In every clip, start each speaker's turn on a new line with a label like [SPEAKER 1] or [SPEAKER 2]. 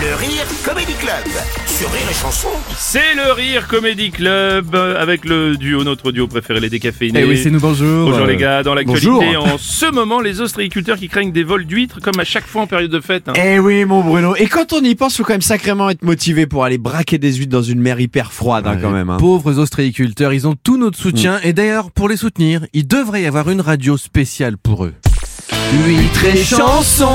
[SPEAKER 1] Le Rire Comedy Club sur Rire et Chanson.
[SPEAKER 2] C'est le Rire Comedy Club euh, avec le duo, notre duo préféré, les décaféinés.
[SPEAKER 3] Eh oui, c'est nous, bonjour.
[SPEAKER 2] Bonjour
[SPEAKER 3] Euh,
[SPEAKER 2] les gars, dans l'actualité,
[SPEAKER 3] bonjour.
[SPEAKER 2] en ce moment, les ostréiculteurs qui craignent des vols d'huîtres comme à chaque fois en période de fête. hein.
[SPEAKER 3] Eh oui, mon Bruno. Et quand on y pense, faut quand même sacrément être motivé pour aller braquer des huîtres dans une mer hyper froide, hein, quand même. hein. Mm.
[SPEAKER 4] Pauvres ostréiculteurs, ils ont tout notre soutien et d'ailleurs, pour les soutenir, il devrait y avoir une radio spéciale pour eux. Huîtres et chansons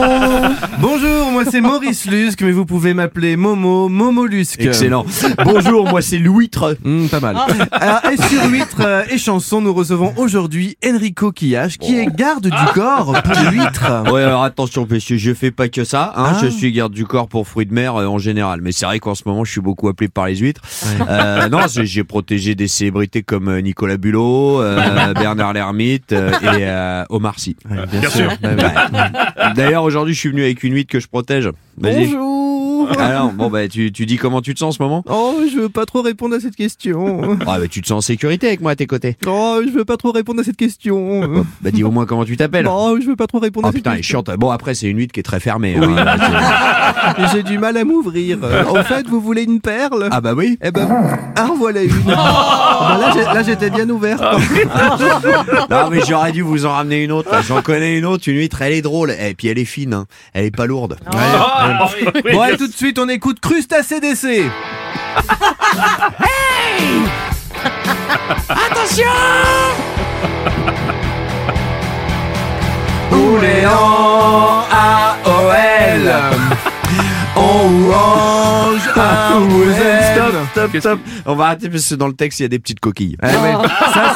[SPEAKER 4] Bonjour, moi c'est Maurice Lusque, mais vous pouvez m'appeler Momo, Momo Lusque.
[SPEAKER 3] Excellent. Ah. bonjour, moi c'est Louitre.
[SPEAKER 4] Hmm, pas mal. Alors, et sur huîtres euh, et chansons, nous recevons aujourd'hui Enrico Quillage,
[SPEAKER 3] Oh.
[SPEAKER 4] qui est garde
[SPEAKER 3] Ah.
[SPEAKER 4] du corps pour les huîtres.
[SPEAKER 3] Ouais, alors attention, monsieur, je fais pas que ça. Hein,
[SPEAKER 4] Ah.
[SPEAKER 3] Je suis garde du corps pour fruits de mer euh, en général. Mais c'est vrai qu'en ce moment, je suis beaucoup appelé par les huîtres. Euh, non, j'ai j'ai protégé des célébrités comme euh, Nicolas Bulot, euh, Bernard Lermite euh, et euh, Omar Sy.
[SPEAKER 4] Ouais, Eh, bien, sûr. Ouais, bah ouais.
[SPEAKER 3] Ouais. D'ailleurs, aujourd'hui, je suis venu avec une huître que je protège. Vas-y.
[SPEAKER 4] Bonjour
[SPEAKER 3] Alors, bon, bah, tu, tu dis comment tu te sens en ce moment
[SPEAKER 4] Oh, je veux pas trop répondre à cette question.
[SPEAKER 3] Ah, bah, tu te sens en sécurité avec moi à tes côtés.
[SPEAKER 4] Oh, je veux pas trop répondre à cette question.
[SPEAKER 3] Bah, dis au moins comment tu t'appelles.
[SPEAKER 4] Oh, je veux pas trop répondre
[SPEAKER 3] Oh
[SPEAKER 4] à cette
[SPEAKER 3] putain, elle est
[SPEAKER 4] question.
[SPEAKER 3] chiante. Bon, après, c'est une huître qui est très fermée. hein.
[SPEAKER 4] J'ai du mal à m'ouvrir. Euh, En fait, vous voulez une perle
[SPEAKER 3] Ah, bah oui.
[SPEAKER 4] Eh ben, ah, voilà une. Ah, ben là, j'ai- là, j'étais bien ouverte.
[SPEAKER 3] Ah, Non, mais j'aurais dû vous en ramener une autre. là. J'en connais une autre, une huître, elle est drôle. Et puis, elle est fine. hein. Elle est pas lourde.
[SPEAKER 2] Ah, oui, oui,
[SPEAKER 4] Bon, allez,
[SPEAKER 2] bien
[SPEAKER 4] tout de suite, on écoute Crustacé d'essai.
[SPEAKER 3] Ouléan à OL. En orange à Stop, stop, stop. On va arrêter parce que dans le texte, il y a des petites coquilles.
[SPEAKER 4] Eh ouais. Ça,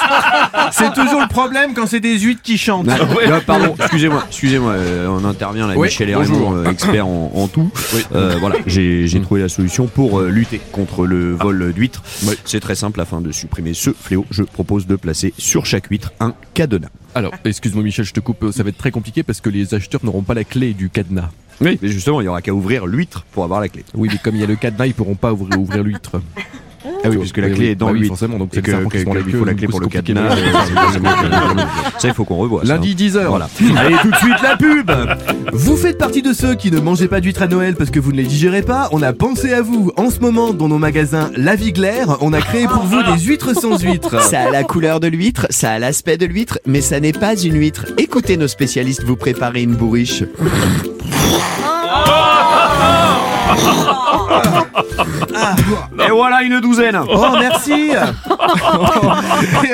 [SPEAKER 4] c'est c'est toujours le problème quand c'est des huîtres qui chantent.
[SPEAKER 3] Ah, non, pardon, excusez-moi, excusez-moi, euh, on intervient là,
[SPEAKER 4] Oui,
[SPEAKER 3] Michel
[SPEAKER 4] bonjour.
[SPEAKER 3] Raymond, euh, expert en, en tout. Euh, voilà, j'ai j'ai trouvé la solution pour euh, lutter contre le vol d'huîtres. C'est très simple, afin de supprimer ce fléau, je propose de placer sur chaque huître un cadenas.
[SPEAKER 5] Alors, excuse-moi Michel, je te coupe, ça va être très compliqué parce que les acheteurs n'auront pas la clé du cadenas.
[SPEAKER 3] Oui. Mais justement, il y aura qu'à ouvrir l'huître pour avoir la clé.
[SPEAKER 5] Oui, mais comme il y a le cadenas, ils pourront pas ouvrir, ouvrir l'huître.
[SPEAKER 3] Ah oui, puisque la
[SPEAKER 5] Oui,
[SPEAKER 3] clé
[SPEAKER 5] oui.
[SPEAKER 3] est dans
[SPEAKER 5] Bah oui,
[SPEAKER 3] l'huître.
[SPEAKER 5] forcément, donc
[SPEAKER 3] Et
[SPEAKER 5] c'est
[SPEAKER 3] que,
[SPEAKER 5] le serpent qui
[SPEAKER 3] que-
[SPEAKER 5] se prend
[SPEAKER 3] que-
[SPEAKER 5] la
[SPEAKER 3] il
[SPEAKER 5] queue,
[SPEAKER 3] faut la
[SPEAKER 5] donc
[SPEAKER 3] clé
[SPEAKER 5] du coup,
[SPEAKER 3] pour le
[SPEAKER 5] c'est compliqué.
[SPEAKER 3] cadenas. euh, Ça, il faut qu'on revoie. ça, hein.
[SPEAKER 5] Lundi 10h.
[SPEAKER 3] Voilà. Allez, tout de suite la pub
[SPEAKER 4] Vous faites partie de ceux qui ne mangez pas d'huîtres à Noël parce que vous ne les digérez pas, on a pensé à vous. En ce moment, dans nos magasins La Viglaire, on a créé pour vous des huîtres sans huîtres.
[SPEAKER 6] Ça a la couleur de l'huître, ça a l'aspect de l'huître, mais ça n'est pas une huître. Écoutez nos spécialistes vous préparer une bourriche.
[SPEAKER 3] Et voilà une douzaine
[SPEAKER 4] Oh, merci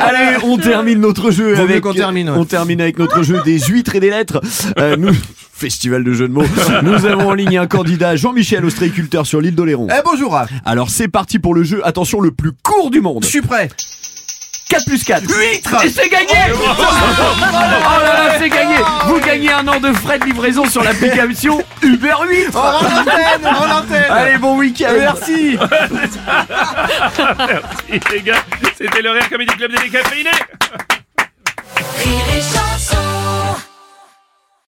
[SPEAKER 3] Allez, on termine notre jeu
[SPEAKER 4] Vaut mieux
[SPEAKER 3] avec.
[SPEAKER 4] qu'on termine, ouais.
[SPEAKER 3] On termine avec notre jeu des huîtres et des lettres. Euh, nous, festival de jeux de mots. Nous avons en ligne un candidat, Jean-Michel, ostréiculteur sur l'île d'Oléron.
[SPEAKER 4] Eh, bonjour
[SPEAKER 3] Alors c'est parti pour le jeu. Attention, le plus court du monde.
[SPEAKER 4] Je suis prêt
[SPEAKER 3] 4 plus 4.
[SPEAKER 4] Huîtres
[SPEAKER 3] Et c'est gagné Oh là là, c'est gagné Vous gagnez un an de frais de livraison sur l'application Uber 8
[SPEAKER 4] Oh, l'antenne Oh, l'antenne
[SPEAKER 3] Allez, bon week-end Merci
[SPEAKER 2] sûr, les gars. C'était le Rire Comedy Club des décaféinés.
[SPEAKER 7] Rire et chanson